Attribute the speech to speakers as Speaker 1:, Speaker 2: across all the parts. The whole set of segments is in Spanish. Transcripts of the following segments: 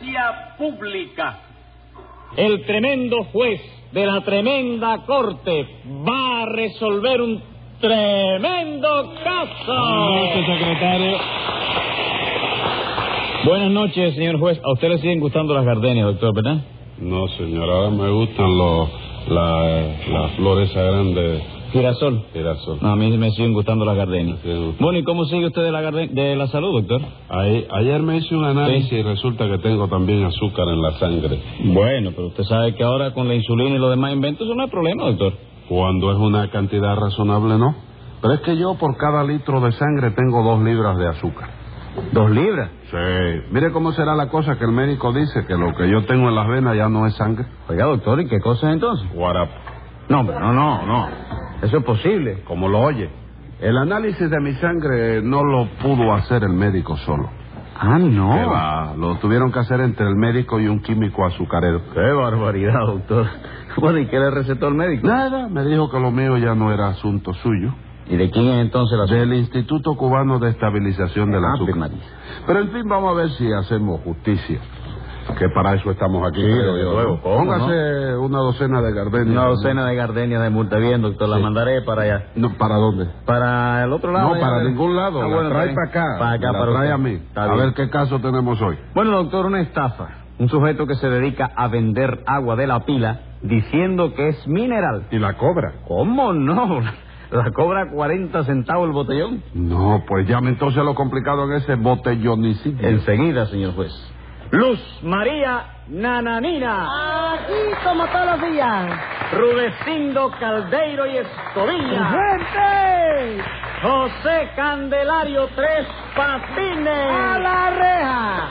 Speaker 1: vía pública.
Speaker 2: El tremendo juez de la tremenda corte va a resolver un tremendo caso.
Speaker 3: secretario. Buenas noches, señor juez. A usted le siguen gustando las gardenias, doctor, ¿verdad?
Speaker 4: No, señora, ahora me gustan los, la, las flores esas grandes
Speaker 3: Girasol.
Speaker 4: girasol.
Speaker 3: No, a mí me siguen gustando las gardenias.
Speaker 4: Sí, doctor.
Speaker 3: Bueno, ¿y cómo sigue usted de la, garde- de la salud, doctor?
Speaker 4: Ahí- ayer me hice un análisis
Speaker 3: Sí.
Speaker 4: y resulta que tengo también azúcar en la sangre.
Speaker 3: Bueno, pero usted sabe que ahora con la insulina y los demás inventos eso no hay problema, doctor.
Speaker 4: Cuando es una cantidad razonable, no. Pero es que yo por cada litro de sangre tengo dos libras de azúcar.
Speaker 3: ¿Dos libras?
Speaker 4: Sí. Mire cómo será la cosa que el médico dice que lo que yo tengo en las venas ya no es sangre.
Speaker 3: Oiga, doctor, ¿y qué cosa es entonces?
Speaker 4: Guarapo.
Speaker 3: No, hombre, no, no, no. Eso es posible.
Speaker 4: Como lo oye. El análisis de mi sangre no lo pudo hacer el médico solo.
Speaker 3: Ah, no.
Speaker 4: ¿Qué va? Lo tuvieron que hacer entre el médico y un químico azucarero.
Speaker 3: Qué barbaridad, doctor. Bueno, ¿y qué le recetó el médico?
Speaker 4: Nada, me dijo que lo mío ya no era asunto suyo.
Speaker 3: ¿Y de quién es entonces la
Speaker 4: Del Instituto Cubano de Estabilización del
Speaker 3: Ah,
Speaker 4: Azúcar.
Speaker 3: María.
Speaker 4: Pero en fin, vamos a ver si hacemos justicia. Que para eso estamos aquí.
Speaker 3: Sí, desde luego, ¿cómo
Speaker 4: Póngase una docena de gardenias.
Speaker 3: Una docena de gardenias de multa. Bien, doctor, la
Speaker 4: Sí.
Speaker 3: mandaré para allá.
Speaker 4: No, ¿Para dónde?
Speaker 3: Para el otro lado.
Speaker 4: no,
Speaker 3: ya
Speaker 4: para
Speaker 3: ver.
Speaker 4: ningún lado.
Speaker 3: Ah,
Speaker 4: La
Speaker 3: bueno,
Speaker 4: trae
Speaker 3: está
Speaker 4: para
Speaker 3: bien.
Speaker 4: acá.
Speaker 3: Para acá,
Speaker 4: La
Speaker 3: para
Speaker 4: trae
Speaker 3: usted.
Speaker 4: a mí.
Speaker 3: Está
Speaker 4: A
Speaker 3: bien.
Speaker 4: ver qué caso tenemos hoy.
Speaker 3: Bueno, doctor, una estafa. Un sujeto que se dedica a vender agua de la pila diciendo que es mineral.
Speaker 4: ¿Y la cobra?
Speaker 3: ¿Cómo no? La cobra 40 centavos el botellón.
Speaker 4: No, pues llame entonces a lo complicado en ese botellonicidio.
Speaker 3: Enseguida, señor juez. Luz María Nananina,
Speaker 5: Aquí como todos los días.
Speaker 3: Rudecindo Caldeiro y Escobilla,
Speaker 5: ¡Gente!
Speaker 3: José Candelario Tres
Speaker 5: ¡A
Speaker 3: Patines.
Speaker 5: la reja!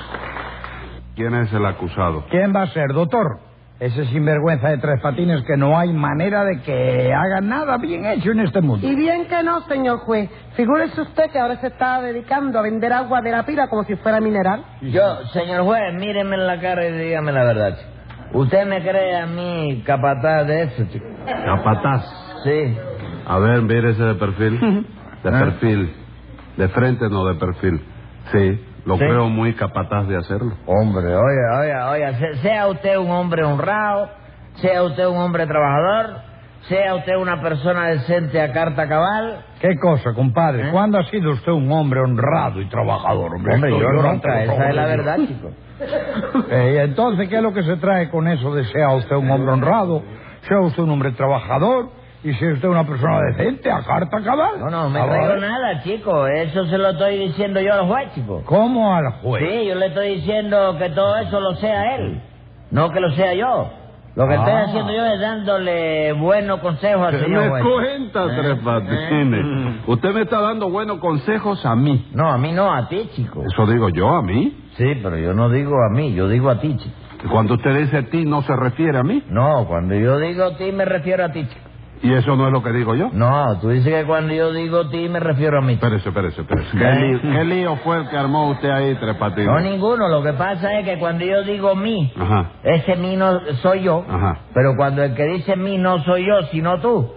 Speaker 4: ¿Quién es el acusado?
Speaker 6: ¿Quién va a ser, doctor? Ese sinvergüenza de tres patines que no hay manera de que haga nada bien hecho en este mundo.
Speaker 5: Y bien que no, señor juez. Figúrese usted que ahora se está dedicando a vender agua de la pila como si fuera mineral.
Speaker 7: Yo, señor juez, míreme en la cara y dígame la verdad. chico. ¿Usted me cree a mí capataz de eso, chico?
Speaker 4: Capataz. Ah.
Speaker 7: Sí.
Speaker 4: A ver, mírese de perfil.
Speaker 7: ¿Eh?
Speaker 4: De
Speaker 6: Ah.
Speaker 4: perfil. De frente, no de perfil. Sí, lo
Speaker 7: Sí.
Speaker 4: creo muy capataz de hacerlo.
Speaker 7: Hombre, oiga, oiga, oiga, se- sea usted un hombre honrado, sea usted un hombre trabajador, sea usted una persona decente a carta cabal.
Speaker 6: ¿Qué cosa, compadre?
Speaker 7: ¿Eh?
Speaker 6: ¿Cuándo ha sido usted un hombre honrado y trabajador? Hombre,
Speaker 7: Hombre,
Speaker 6: Estoy
Speaker 7: yo
Speaker 6: llorando,
Speaker 7: nunca,
Speaker 6: por
Speaker 7: esa
Speaker 6: favor,
Speaker 7: es la
Speaker 6: Dios.
Speaker 7: verdad, chico.
Speaker 6: Eh, ¿y entonces, ¿qué es lo que se trae con eso de sea usted un hombre honrado, sea usted un hombre trabajador y sea usted una persona decente a carta cabal?
Speaker 7: No, no, me
Speaker 6: Ahora,
Speaker 7: creo nada, chico. Eso se lo estoy diciendo yo al juez, chico.
Speaker 6: ¿Cómo al juez?
Speaker 7: Sí, yo le estoy diciendo que todo eso lo sea él, no que lo sea yo. Lo que estoy
Speaker 6: Ah.
Speaker 7: haciendo yo es dándole buenos consejos al
Speaker 4: ¿Qué
Speaker 7: señor
Speaker 4: me
Speaker 7: juez.
Speaker 4: cuenta,
Speaker 7: ¿Eh?
Speaker 4: Tres Patines?
Speaker 7: ¿Eh?
Speaker 4: Usted me está dando buenos consejos a mí.
Speaker 7: No, a mí no, a ti, chico.
Speaker 4: Eso digo yo, a mí.
Speaker 7: Sí, pero yo no digo a mí, yo digo a ti, chico.
Speaker 4: Cuando usted dice a ti, no se refiere a mí.
Speaker 7: No, cuando yo digo ti me refiero a ti, chico.
Speaker 4: Y eso no es lo que digo yo.
Speaker 7: No, tú dices que cuando yo digo ti me refiero a mí. chico.
Speaker 4: Espérese, espérese, espérese. ¿Qué,
Speaker 7: ¿Eh?
Speaker 4: lío, qué lío fue el que armó usted ahí, Tres Patines?
Speaker 7: No, ninguno. Lo que pasa es que cuando yo digo mí,
Speaker 4: Ajá.
Speaker 7: ese mí no soy yo.
Speaker 4: Ajá.
Speaker 7: Pero cuando el que dice mí no soy yo, sino tú.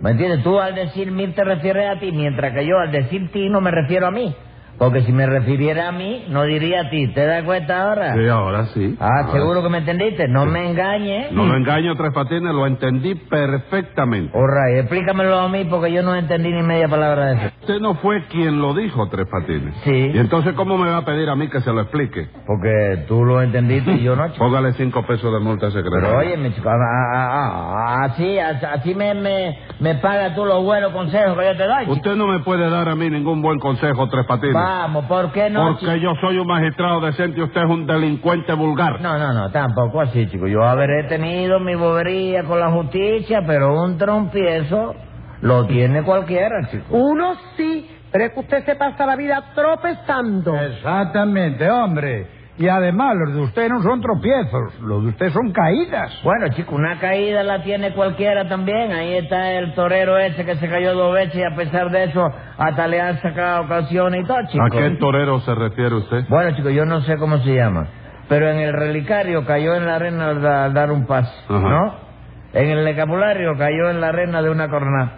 Speaker 7: ¿Me entiendes? Tú al decir mí te refieres a ti, mientras que yo al decir ti no me refiero a mí. Porque si me refiriera a mí, no diría a ti. ¿Te das cuenta ahora?
Speaker 4: Sí, ahora sí.
Speaker 7: Ah,
Speaker 4: Ahora
Speaker 7: seguro que me entendiste. No me engañes.
Speaker 4: No lo engaño, Tres Patines, lo entendí perfectamente.
Speaker 7: Orray, explícamelo a mí porque yo no entendí ni media palabra de eso.
Speaker 4: Usted no fue quien lo dijo, Tres Patines.
Speaker 7: Sí.
Speaker 4: ¿Y entonces cómo me va a pedir a mí que se lo explique?
Speaker 7: Porque tú lo entendiste y yo no, chico.
Speaker 4: Póngale cinco pesos de multa secretario.
Speaker 7: Pero oye, mi chico, ah, ah, ah, así, así me, me, me pagas tú los buenos consejos que yo te doy. chico.
Speaker 4: Usted no me puede dar a mí ningún buen consejo, Tres Patines.
Speaker 7: Vamos, ¿por qué no? chico?
Speaker 4: porque yo soy un magistrado decente y usted es un delincuente vulgar.
Speaker 7: No, no, no, tampoco así, chico. Yo habré tenido mi bobería con la justicia, pero un trompiezo lo tiene cualquiera, chico.
Speaker 5: Uno sí, pero es que usted se pasa la vida tropezando.
Speaker 6: Exactamente,
Speaker 7: eh.
Speaker 6: hombre. Y además, los de usted no son tropiezos, los de usted son caídas.
Speaker 7: Bueno, chico, una caída la tiene cualquiera también. Ahí está el torero ese que se cayó dos veces y a pesar de eso hasta le han sacado ocasiones y todo, chico.
Speaker 4: ¿A qué torero se refiere usted?
Speaker 7: Bueno, chico, yo no sé cómo se llama, pero en el relicario cayó en la arena al, da- al dar un pase,
Speaker 4: Ajá.
Speaker 7: ¿no? En el lecapulario cayó en la arena de una corona.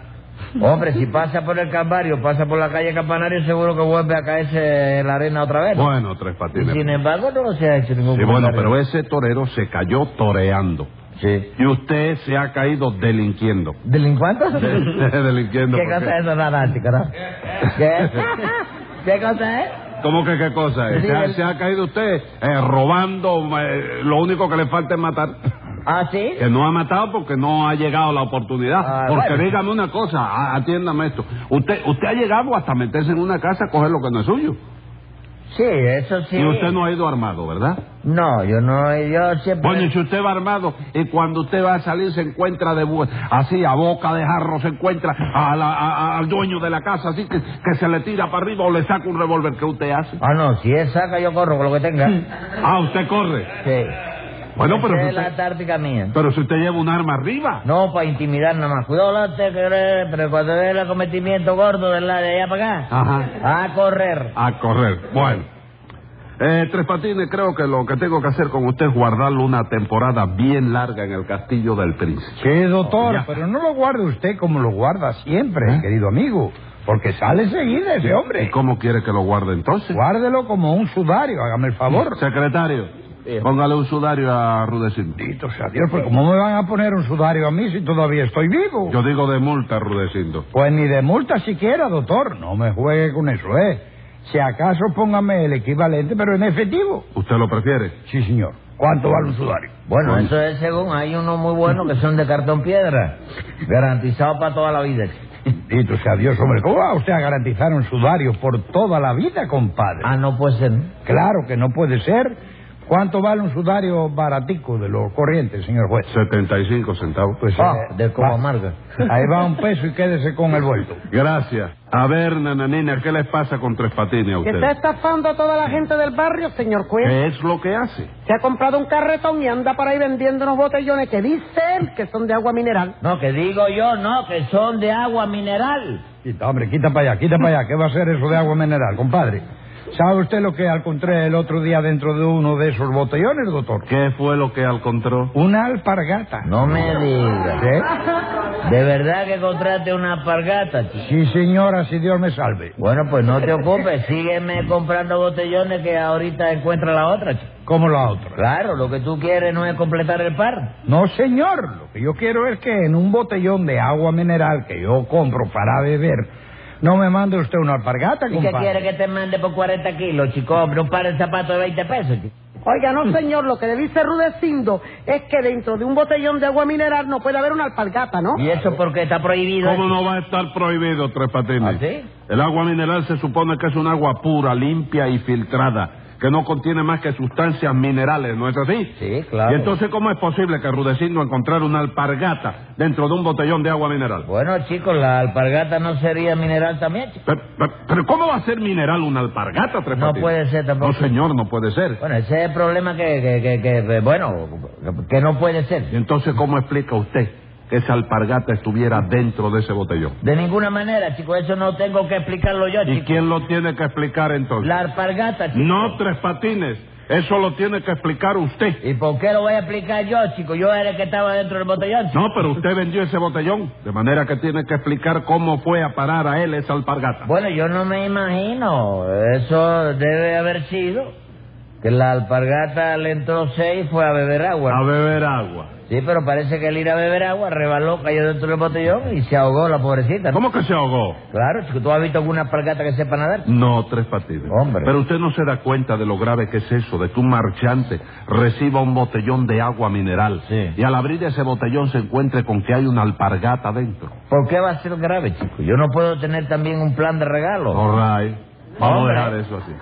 Speaker 7: Hombre, si pasa por el Calvario, pasa por la calle Campanario, seguro que vuelve a caerse en la arena otra vez. ¿no?
Speaker 4: Bueno, Tres
Speaker 7: Y
Speaker 4: Patines.
Speaker 7: sin embargo, no se ha hecho ningún
Speaker 4: Sí, bueno,
Speaker 7: comentario.
Speaker 4: pero ese torero se cayó toreando.
Speaker 7: Sí.
Speaker 4: Y usted se ha caído delinquiendo.
Speaker 7: ¿Delincuente?
Speaker 4: delinquiendo.
Speaker 7: ¿Qué
Speaker 4: ¿por qué?
Speaker 7: cosa es eso, Nanático, no? ¿Qué? ¿Qué cosa es?
Speaker 4: ¿Cómo que qué cosa es?
Speaker 7: Sí,
Speaker 4: ¿Se, ha,
Speaker 7: el-
Speaker 4: se ha caído usted eh, robando? eh, lo único que le falta es matar.
Speaker 7: ¿Ah, sí?
Speaker 4: Que no ha matado porque no ha llegado la oportunidad.
Speaker 7: Ah,
Speaker 4: porque
Speaker 7: bueno.
Speaker 4: dígame una cosa, a- atiéndame esto. Usted usted ha llegado hasta meterse en una casa a coger lo que no es suyo.
Speaker 7: Sí, eso sí.
Speaker 4: Y usted no ha ido armado, ¿verdad?
Speaker 7: No, yo no, yo siempre...
Speaker 4: Bueno, y si usted va armado y cuando usted va a salir se encuentra de bu- así a boca de jarro, se encuentra a la- a- a- al dueño de la casa, así que, que se le tira para arriba o le saca un revólver que usted hace.
Speaker 7: Ah, no, si es saca, yo corro con lo que tenga.
Speaker 4: Ah, usted corre.
Speaker 7: Sí.
Speaker 4: Bueno, pero
Speaker 7: Esa
Speaker 4: si
Speaker 7: es la
Speaker 4: usted,
Speaker 7: táctica mía.
Speaker 4: pero si usted lleva un arma arriba.
Speaker 7: No, para intimidar nada más. Cuidado, late, que eres- pero cuando dé el acometimiento gordo de, la, de allá para acá,
Speaker 4: Ajá.
Speaker 7: a correr.
Speaker 4: A correr. Bueno. Eh, Tres Patines, creo que lo que tengo que hacer con usted es guardarlo una temporada bien larga en el castillo del príncipe.
Speaker 6: Sí,
Speaker 7: Oh,
Speaker 6: doctor,
Speaker 4: Ya.
Speaker 6: pero no lo guarde usted como lo guarda
Speaker 7: ¿Eh?
Speaker 6: siempre, querido amigo, porque sale seguida ese
Speaker 4: ¿Y
Speaker 6: hombre.
Speaker 4: cómo quiere que lo guarde entonces?
Speaker 6: Guárdelo como un sudario, hágame el favor.
Speaker 4: Secretario, póngale un sudario a Rudecindo.
Speaker 6: Bendito sea Dios, pues ¿cómo me van a poner un sudario a mí si todavía estoy vivo?
Speaker 4: Yo digo de multa, Rudecindo.
Speaker 6: Pues ni de multa siquiera, doctor. No me juegue con eso, ¿eh? Si acaso póngame el equivalente, pero en efectivo.
Speaker 4: ¿Usted lo prefiere?
Speaker 6: Sí, señor. ¿Cuánto vale un sudario?
Speaker 7: Bueno,
Speaker 4: Bueno.
Speaker 7: eso es según, hay unos muy buenos que son de cartón piedra, garantizado para toda la vida.
Speaker 4: Pues-
Speaker 6: Bendito sea Dios, hombre. ¿Cómo va usted a garantizar un sudario por toda la vida, compadre?
Speaker 7: Ah, no puede ser.
Speaker 6: Claro que no puede ser. ¿Cuánto vale un sudario baratico de los corrientes, señor juez?
Speaker 4: 75 centavos.
Speaker 6: Pues,
Speaker 7: Ah,
Speaker 6: eh,
Speaker 7: de
Speaker 6: va-
Speaker 7: como amarga.
Speaker 6: Ahí va un peso y quédese con el vuelto.
Speaker 4: Gracias. A ver, nananina, ¿qué les pasa con Tres Patines a
Speaker 5: Que está
Speaker 4: ustedes?
Speaker 5: estafando a toda la gente del barrio, señor juez.
Speaker 4: ¿Qué es lo que hace?
Speaker 5: Se ha comprado un carretón y anda por ahí vendiendo unos botellones que dicen que son de agua mineral.
Speaker 7: No, que digo yo, no, que son de agua mineral.
Speaker 6: Quita, hombre, quita para allá, quita para allá. ¿Qué va a ser eso de agua mineral, compadre? ¿Sabe usted lo que encontré el otro día dentro de uno de esos botellones, doctor?
Speaker 4: ¿Qué fue lo que alcontró?
Speaker 6: Una alpargata.
Speaker 7: No me digas.
Speaker 6: ¿Sí?
Speaker 7: ¿De verdad que contrate una alpargata, chico?
Speaker 6: Sí, señora, si Dios me salve.
Speaker 7: Bueno, pues no te ocupes, sígueme comprando botellones que ahorita encuentra la otra, chico.
Speaker 6: Como la otra.
Speaker 7: Claro, lo que tú quieres no es completar el par.
Speaker 6: No, señor. Lo que yo quiero es que en un botellón de agua mineral que yo compro para beber, no me mande usted una alpargata,
Speaker 7: ¿Y qué
Speaker 6: compadre.
Speaker 7: quiere que te mande por 40 kilos, chico? Hombre, un par de zapatos de 20 pesos, chico.
Speaker 5: Oiga, no, señor, lo que le dice Rudecindo es que dentro de un botellón de agua mineral no puede haber una alpargata, ¿no?
Speaker 7: ¿Y eso porque está prohibido?
Speaker 4: ¿Cómo no va a estar prohibido Tres Patines?
Speaker 7: ¿Ah, sí?
Speaker 4: El agua mineral se supone que es un agua pura, limpia y filtrada, que no contiene más que sustancias minerales, ¿no es así?
Speaker 7: Sí, claro.
Speaker 4: ¿Y entonces cómo es posible que Rudecindo encontrara una alpargata dentro de un botellón de agua mineral?
Speaker 7: Bueno, chicos, la alpargata no sería mineral también, chico.
Speaker 4: Pero, pero- pero ¿cómo va a ser mineral una alpargata, Tres
Speaker 7: No
Speaker 4: Patines?
Speaker 7: puede ser tampoco.
Speaker 4: No, señor, no puede ser.
Speaker 7: Bueno, ese es el problema que, que, que, que, bueno, que no puede
Speaker 4: Y
Speaker 7: ser.
Speaker 4: entonces, ¿cómo explica usted que esa alpargata estuviera dentro de ese botellón?
Speaker 7: De ninguna manera, chicos, eso no tengo que explicarlo yo,
Speaker 4: ¿Y
Speaker 7: chico.
Speaker 4: quién lo tiene que explicar entonces?
Speaker 7: La alpargata, chico.
Speaker 4: No, Tres Patines. Eso lo tiene que explicar usted.
Speaker 7: ¿Y por qué lo voy a explicar yo, chico? Yo era el que estaba dentro del botellón. chico.
Speaker 4: No, pero usted vendió ese botellón. De manera que tiene que explicar cómo fue a parar a él esa alpargata.
Speaker 7: Bueno, yo no me imagino. Eso debe haber sido que la alpargata le entró seis y fue a beber agua.
Speaker 4: A beber agua.
Speaker 7: Sí, pero parece que el ir a beber agua rebaló, cayó dentro del botellón y se ahogó la pobrecita. ¿no?
Speaker 4: ¿Cómo que se ahogó?
Speaker 7: Claro, chico, ¿tú has visto alguna alpargata que sepa nadar?
Speaker 4: No, Tres Patines.
Speaker 7: Hombre.
Speaker 4: Pero usted no se da cuenta de lo grave que es eso, de que un marchante reciba un botellón de agua mineral
Speaker 7: Sí.
Speaker 4: y al abrir ese botellón se encuentre con que hay una alpargata dentro.
Speaker 7: ¿Por qué va a ser grave, chico? Yo no puedo tener también un plan de regalo.
Speaker 4: All right. Vamos
Speaker 7: Hombre.
Speaker 4: a dejar eso así.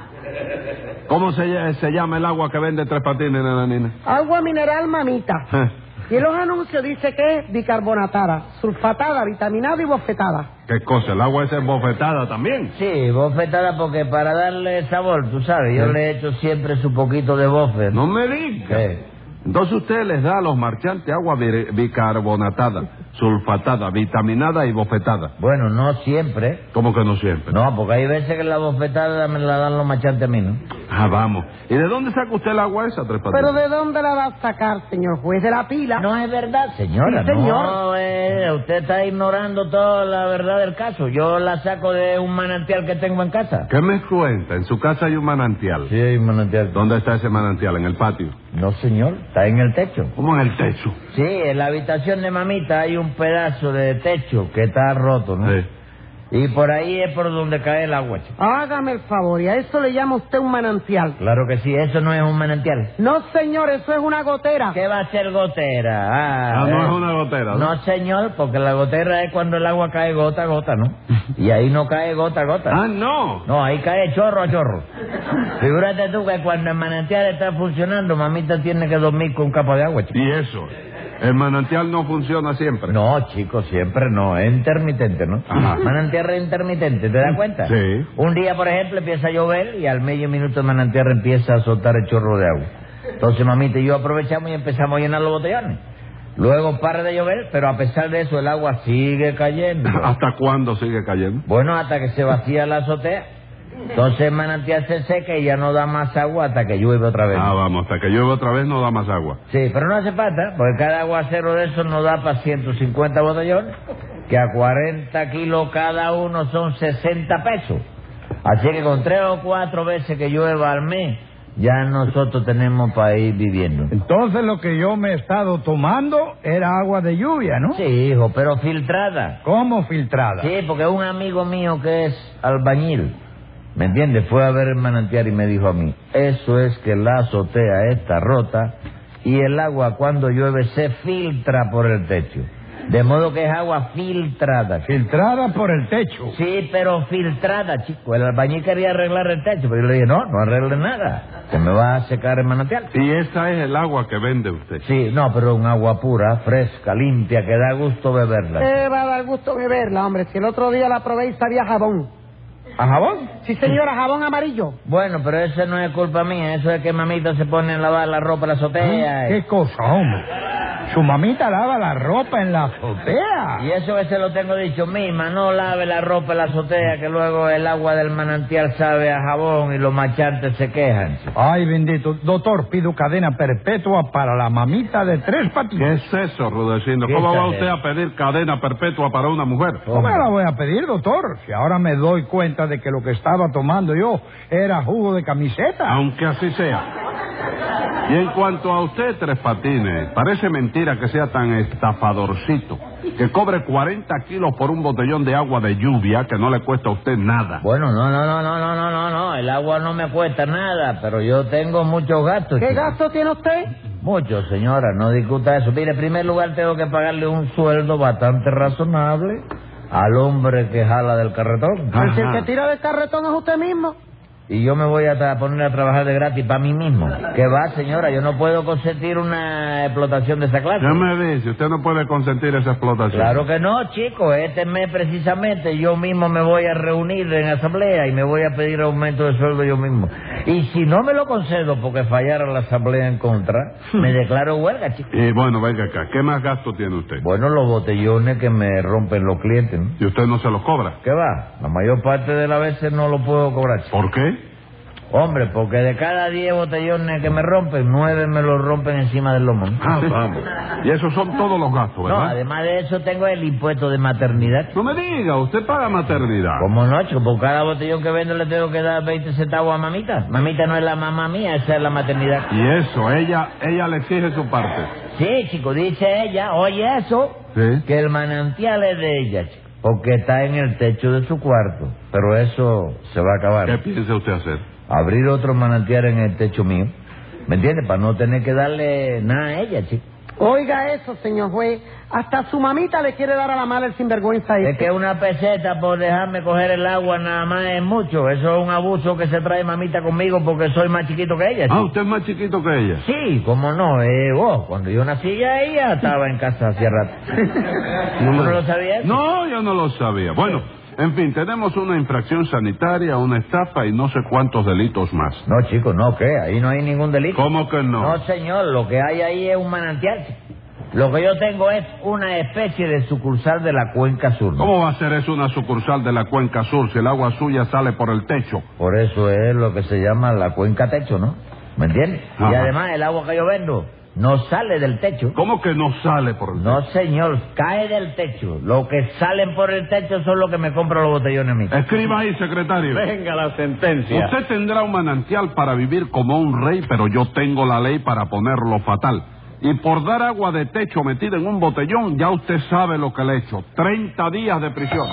Speaker 4: ¿Cómo se, ll- se llama el agua que vende Tres Patines, nananina?
Speaker 5: Agua mineral mamita.
Speaker 4: Eh,
Speaker 5: Y en los anuncios dice que es bicarbonatada, sulfatada, vitaminada y bofetada.
Speaker 4: ¿Qué cosa? El agua esa es bofetada también.
Speaker 7: Sí, bofetada porque para darle sabor, tú sabes, yo le echo siempre su poquito de bofe.
Speaker 4: No me diga.
Speaker 7: Sí.
Speaker 4: Entonces usted les da a los marchantes agua bi- bicarbonatada. sulfatada, vitaminada y bofetada.
Speaker 7: Bueno, no siempre.
Speaker 4: ¿Cómo que no siempre?
Speaker 7: No, porque hay veces que la bofetada me la dan los machantes a mí, ¿no?
Speaker 4: Ah, vamos. ¿Y de dónde saca usted el agua esa, Tres Patines?
Speaker 5: ¿Pero de dónde la va a sacar, señor juez? ¿De la pila?
Speaker 7: No es verdad, señora.
Speaker 5: Sí, señor.
Speaker 7: No, eh, usted está ignorando toda la verdad del caso. Yo la saco de un manantial que tengo en casa.
Speaker 4: ¿Qué me cuenta? En su casa hay un manantial.
Speaker 7: Sí, hay un manantial.
Speaker 4: ¿Dónde está ese manantial? ¿En el patio?
Speaker 7: No, señor. Está en el techo.
Speaker 4: ¿Cómo en el techo?
Speaker 7: Sí, en la habitación de mamita hay un pedazo de techo que está roto, ¿no?
Speaker 4: Sí.
Speaker 7: Y por ahí es por donde cae el agua, chico.
Speaker 5: Hágame el favor, y a eso le llama usted un manantial.
Speaker 7: Claro que sí, eso no es un manantial.
Speaker 5: No, señor, eso es una gotera.
Speaker 7: ¿Qué va a ser gotera? Ah,
Speaker 4: Ah, no
Speaker 7: eh.
Speaker 4: es una gotera. ¿no?
Speaker 7: No, señor, porque la gotera es cuando el agua cae gota a gota, ¿no? Y ahí no cae gota a gota.
Speaker 4: Ah, no.
Speaker 7: No, ahí cae chorro a chorro. Figúrate tú que cuando el manantial está funcionando, mamita tiene que dormir con capa de agua, chico.
Speaker 4: ¿Y eso? ¿El manantial no funciona siempre?
Speaker 7: No, chico, siempre no. Es intermitente, ¿no?
Speaker 4: Ajá. Mm,
Speaker 7: Manantial es intermitente, ¿te das cuenta?
Speaker 4: Sí.
Speaker 7: Un día, por ejemplo, empieza a llover y al medio minuto el manantial empieza a soltar el chorro de agua. Entonces, mamita y yo aprovechamos y empezamos a llenar los botellones. Luego para de llover, pero a pesar de eso el agua sigue cayendo.
Speaker 4: ¿Hasta cuándo sigue cayendo?
Speaker 7: Bueno, hasta que se vacía la azotea. Entonces el manantial se seca y ya no da más agua hasta que llueve otra vez.
Speaker 4: Ah, vamos, hasta que llueve otra vez no da más agua.
Speaker 7: Sí, pero no hace falta, porque cada aguacero de esos nos da para 150 botellones, que a 40 kilos cada uno son 60 pesos. Así que con tres o cuatro veces que llueva al mes, ya nosotros tenemos para ir viviendo.
Speaker 6: Entonces lo que yo me he estado tomando era agua de lluvia, ¿no?
Speaker 7: Sí, hijo, pero filtrada.
Speaker 6: ¿Cómo filtrada?
Speaker 7: Sí, porque un amigo mío que es albañil, ¿me entiendes? Fue a ver el manantial y me dijo a mí, eso es que la azotea está rota y el agua cuando llueve se filtra por el techo. De modo que es agua filtrada.
Speaker 6: Filtrada por el techo.
Speaker 7: Sí, pero filtrada, chico. El albañil quería arreglar el techo, pero yo le dije, no, no arregle nada, que me va a secar el manantial.
Speaker 4: Y esa es el agua que vende usted.
Speaker 7: Sí, no, pero un agua pura, fresca, limpia, que da gusto beberla.
Speaker 5: Eh, va a dar gusto beberla, hombre, si el otro día la probé y sabía a jabón.
Speaker 6: ¿A jabón?
Speaker 5: Sí, señora, jabón amarillo.
Speaker 7: Bueno, pero eso no es culpa mía, eso es que mamita se pone a lavar la ropa en la azotea. y-
Speaker 5: ¿Eh?
Speaker 6: ¿Qué cosa, hombre? Su mamita lava la ropa en la azotea.
Speaker 7: Y eso que se lo tengo dicho misma, no lave la ropa en la azotea, que luego el agua del manantial sabe a jabón y los machantes se quejan.
Speaker 6: Ay, bendito. Doctor, pido cadena perpetua para la mamita de tres
Speaker 4: ¿Qué
Speaker 6: patines.
Speaker 4: es eso, Rudecindo?
Speaker 7: ¿Qué
Speaker 4: ¿Cómo va
Speaker 7: tal es?
Speaker 4: usted a pedir cadena perpetua para una mujer?
Speaker 6: No me la voy a pedir, doctor. Si ahora me doy cuenta de que lo que estaba tomando yo era jugo de camiseta.
Speaker 4: Aunque así sea. Y en cuanto a usted, Tres Patines, parece mentira que sea tan estafadorcito, que cobre 40 kilos por un botellón de agua de lluvia que no le cuesta a usted nada.
Speaker 7: Bueno, no, no, no, no, no, no, no, no, el agua no me cuesta nada, pero yo tengo muchos gastos.
Speaker 5: ¿Qué
Speaker 7: chico.
Speaker 5: gasto tiene usted?
Speaker 7: Muchos, señora, no discuta eso. Mire, en primer lugar tengo que pagarle un sueldo bastante razonable al hombre que jala del carretón.
Speaker 5: Pues si el
Speaker 4: Ajá.
Speaker 5: que tira del carretón es usted mismo.
Speaker 7: Y yo me voy a tra- poner a trabajar de gratis para mí mismo. ¿Qué va, señora? Yo no puedo consentir una explotación de esa clase.
Speaker 4: Ya me dice, usted no puede consentir esa explotación.
Speaker 7: Claro que no, chicos. Este mes precisamente yo mismo me voy a reunir en asamblea y me voy a pedir aumento de sueldo yo mismo. Y si no me lo concedo porque fallara la asamblea en contra, me declaro huelga, chicos.
Speaker 4: Y bueno, venga acá, ¿qué más gasto tiene usted?
Speaker 7: Bueno, los botellones que me rompen los clientes, ¿no?
Speaker 4: Y usted no se los cobra.
Speaker 7: ¿Qué va? La mayor parte de las veces no lo puedo cobrar, chico.
Speaker 4: ¿Por qué?
Speaker 7: Hombre, porque de cada 10 botellones que me rompen, nueve me los rompen encima del lomo. ¿no?
Speaker 4: Ah, vamos. Y esos son todos los gastos,
Speaker 7: No,
Speaker 4: ¿verdad?
Speaker 7: además de eso tengo el impuesto de maternidad.
Speaker 4: No me diga, usted paga maternidad.
Speaker 7: Como no, chico? Por cada botellón que vendo le tengo que dar 20 centavos a mamita. Mamita no es la mamá mía, esa es la maternidad.
Speaker 4: Y eso, ella, ella le exige su parte.
Speaker 7: Sí, chico, dice ella, oye eso,
Speaker 4: ¿Sí?
Speaker 7: que el manantial es de ella, chico, porque está en el techo de su cuarto. Pero eso se va a
Speaker 4: ¿Qué
Speaker 7: acabar.
Speaker 4: piensa usted hacer?
Speaker 7: Abrir otro manantial en el techo mío, ¿me entiendes? Para no tener que darle nada a ella, chico.
Speaker 5: Oiga eso, señor juez. Hasta su mamita le quiere dar a la mala el sinvergüenza
Speaker 7: Es
Speaker 5: este.
Speaker 7: que una peseta por dejarme coger el agua nada más es mucho. Eso es un abuso que se trae mamita conmigo porque soy más chiquito que ella.
Speaker 4: Ah,
Speaker 7: chico.
Speaker 4: usted es más chiquito que ella.
Speaker 7: Sí, cómo no, eh, vos, cuando yo nací ya ella estaba en casa hacía rato. ¿No lo sabías?
Speaker 4: No, yo no lo sabía. Bueno, en fin, tenemos una infracción sanitaria, una estafa y no sé cuántos delitos más.
Speaker 7: No, chico, no, ¿qué? Ahí no hay ningún delito.
Speaker 4: ¿Cómo que no?
Speaker 7: No, señor, lo que hay ahí es un manantial. Lo que yo tengo es una especie de sucursal de la cuenca sur. ¿no?
Speaker 4: ¿Cómo va a ser eso una sucursal de la cuenca sur si el agua suya sale por el techo?
Speaker 7: Por eso es lo que se llama la cuenca techo, ¿no? ¿Me entiendes? Y
Speaker 4: Ajá.
Speaker 7: además el agua que yo vendo no sale del techo.
Speaker 4: ¿Cómo que no sale por el
Speaker 7: No,
Speaker 4: techo?
Speaker 7: señor, cae del techo. Lo que salen por el techo son los que me compran los botellones a mí.
Speaker 4: Escriba ahí, secretario.
Speaker 2: Venga la sentencia.
Speaker 4: Usted tendrá un manantial para vivir como un rey, pero yo tengo la ley para ponerlo fatal. Y por dar agua de techo metida en un botellón, ya usted sabe lo que le he hecho. 30 días de prisión.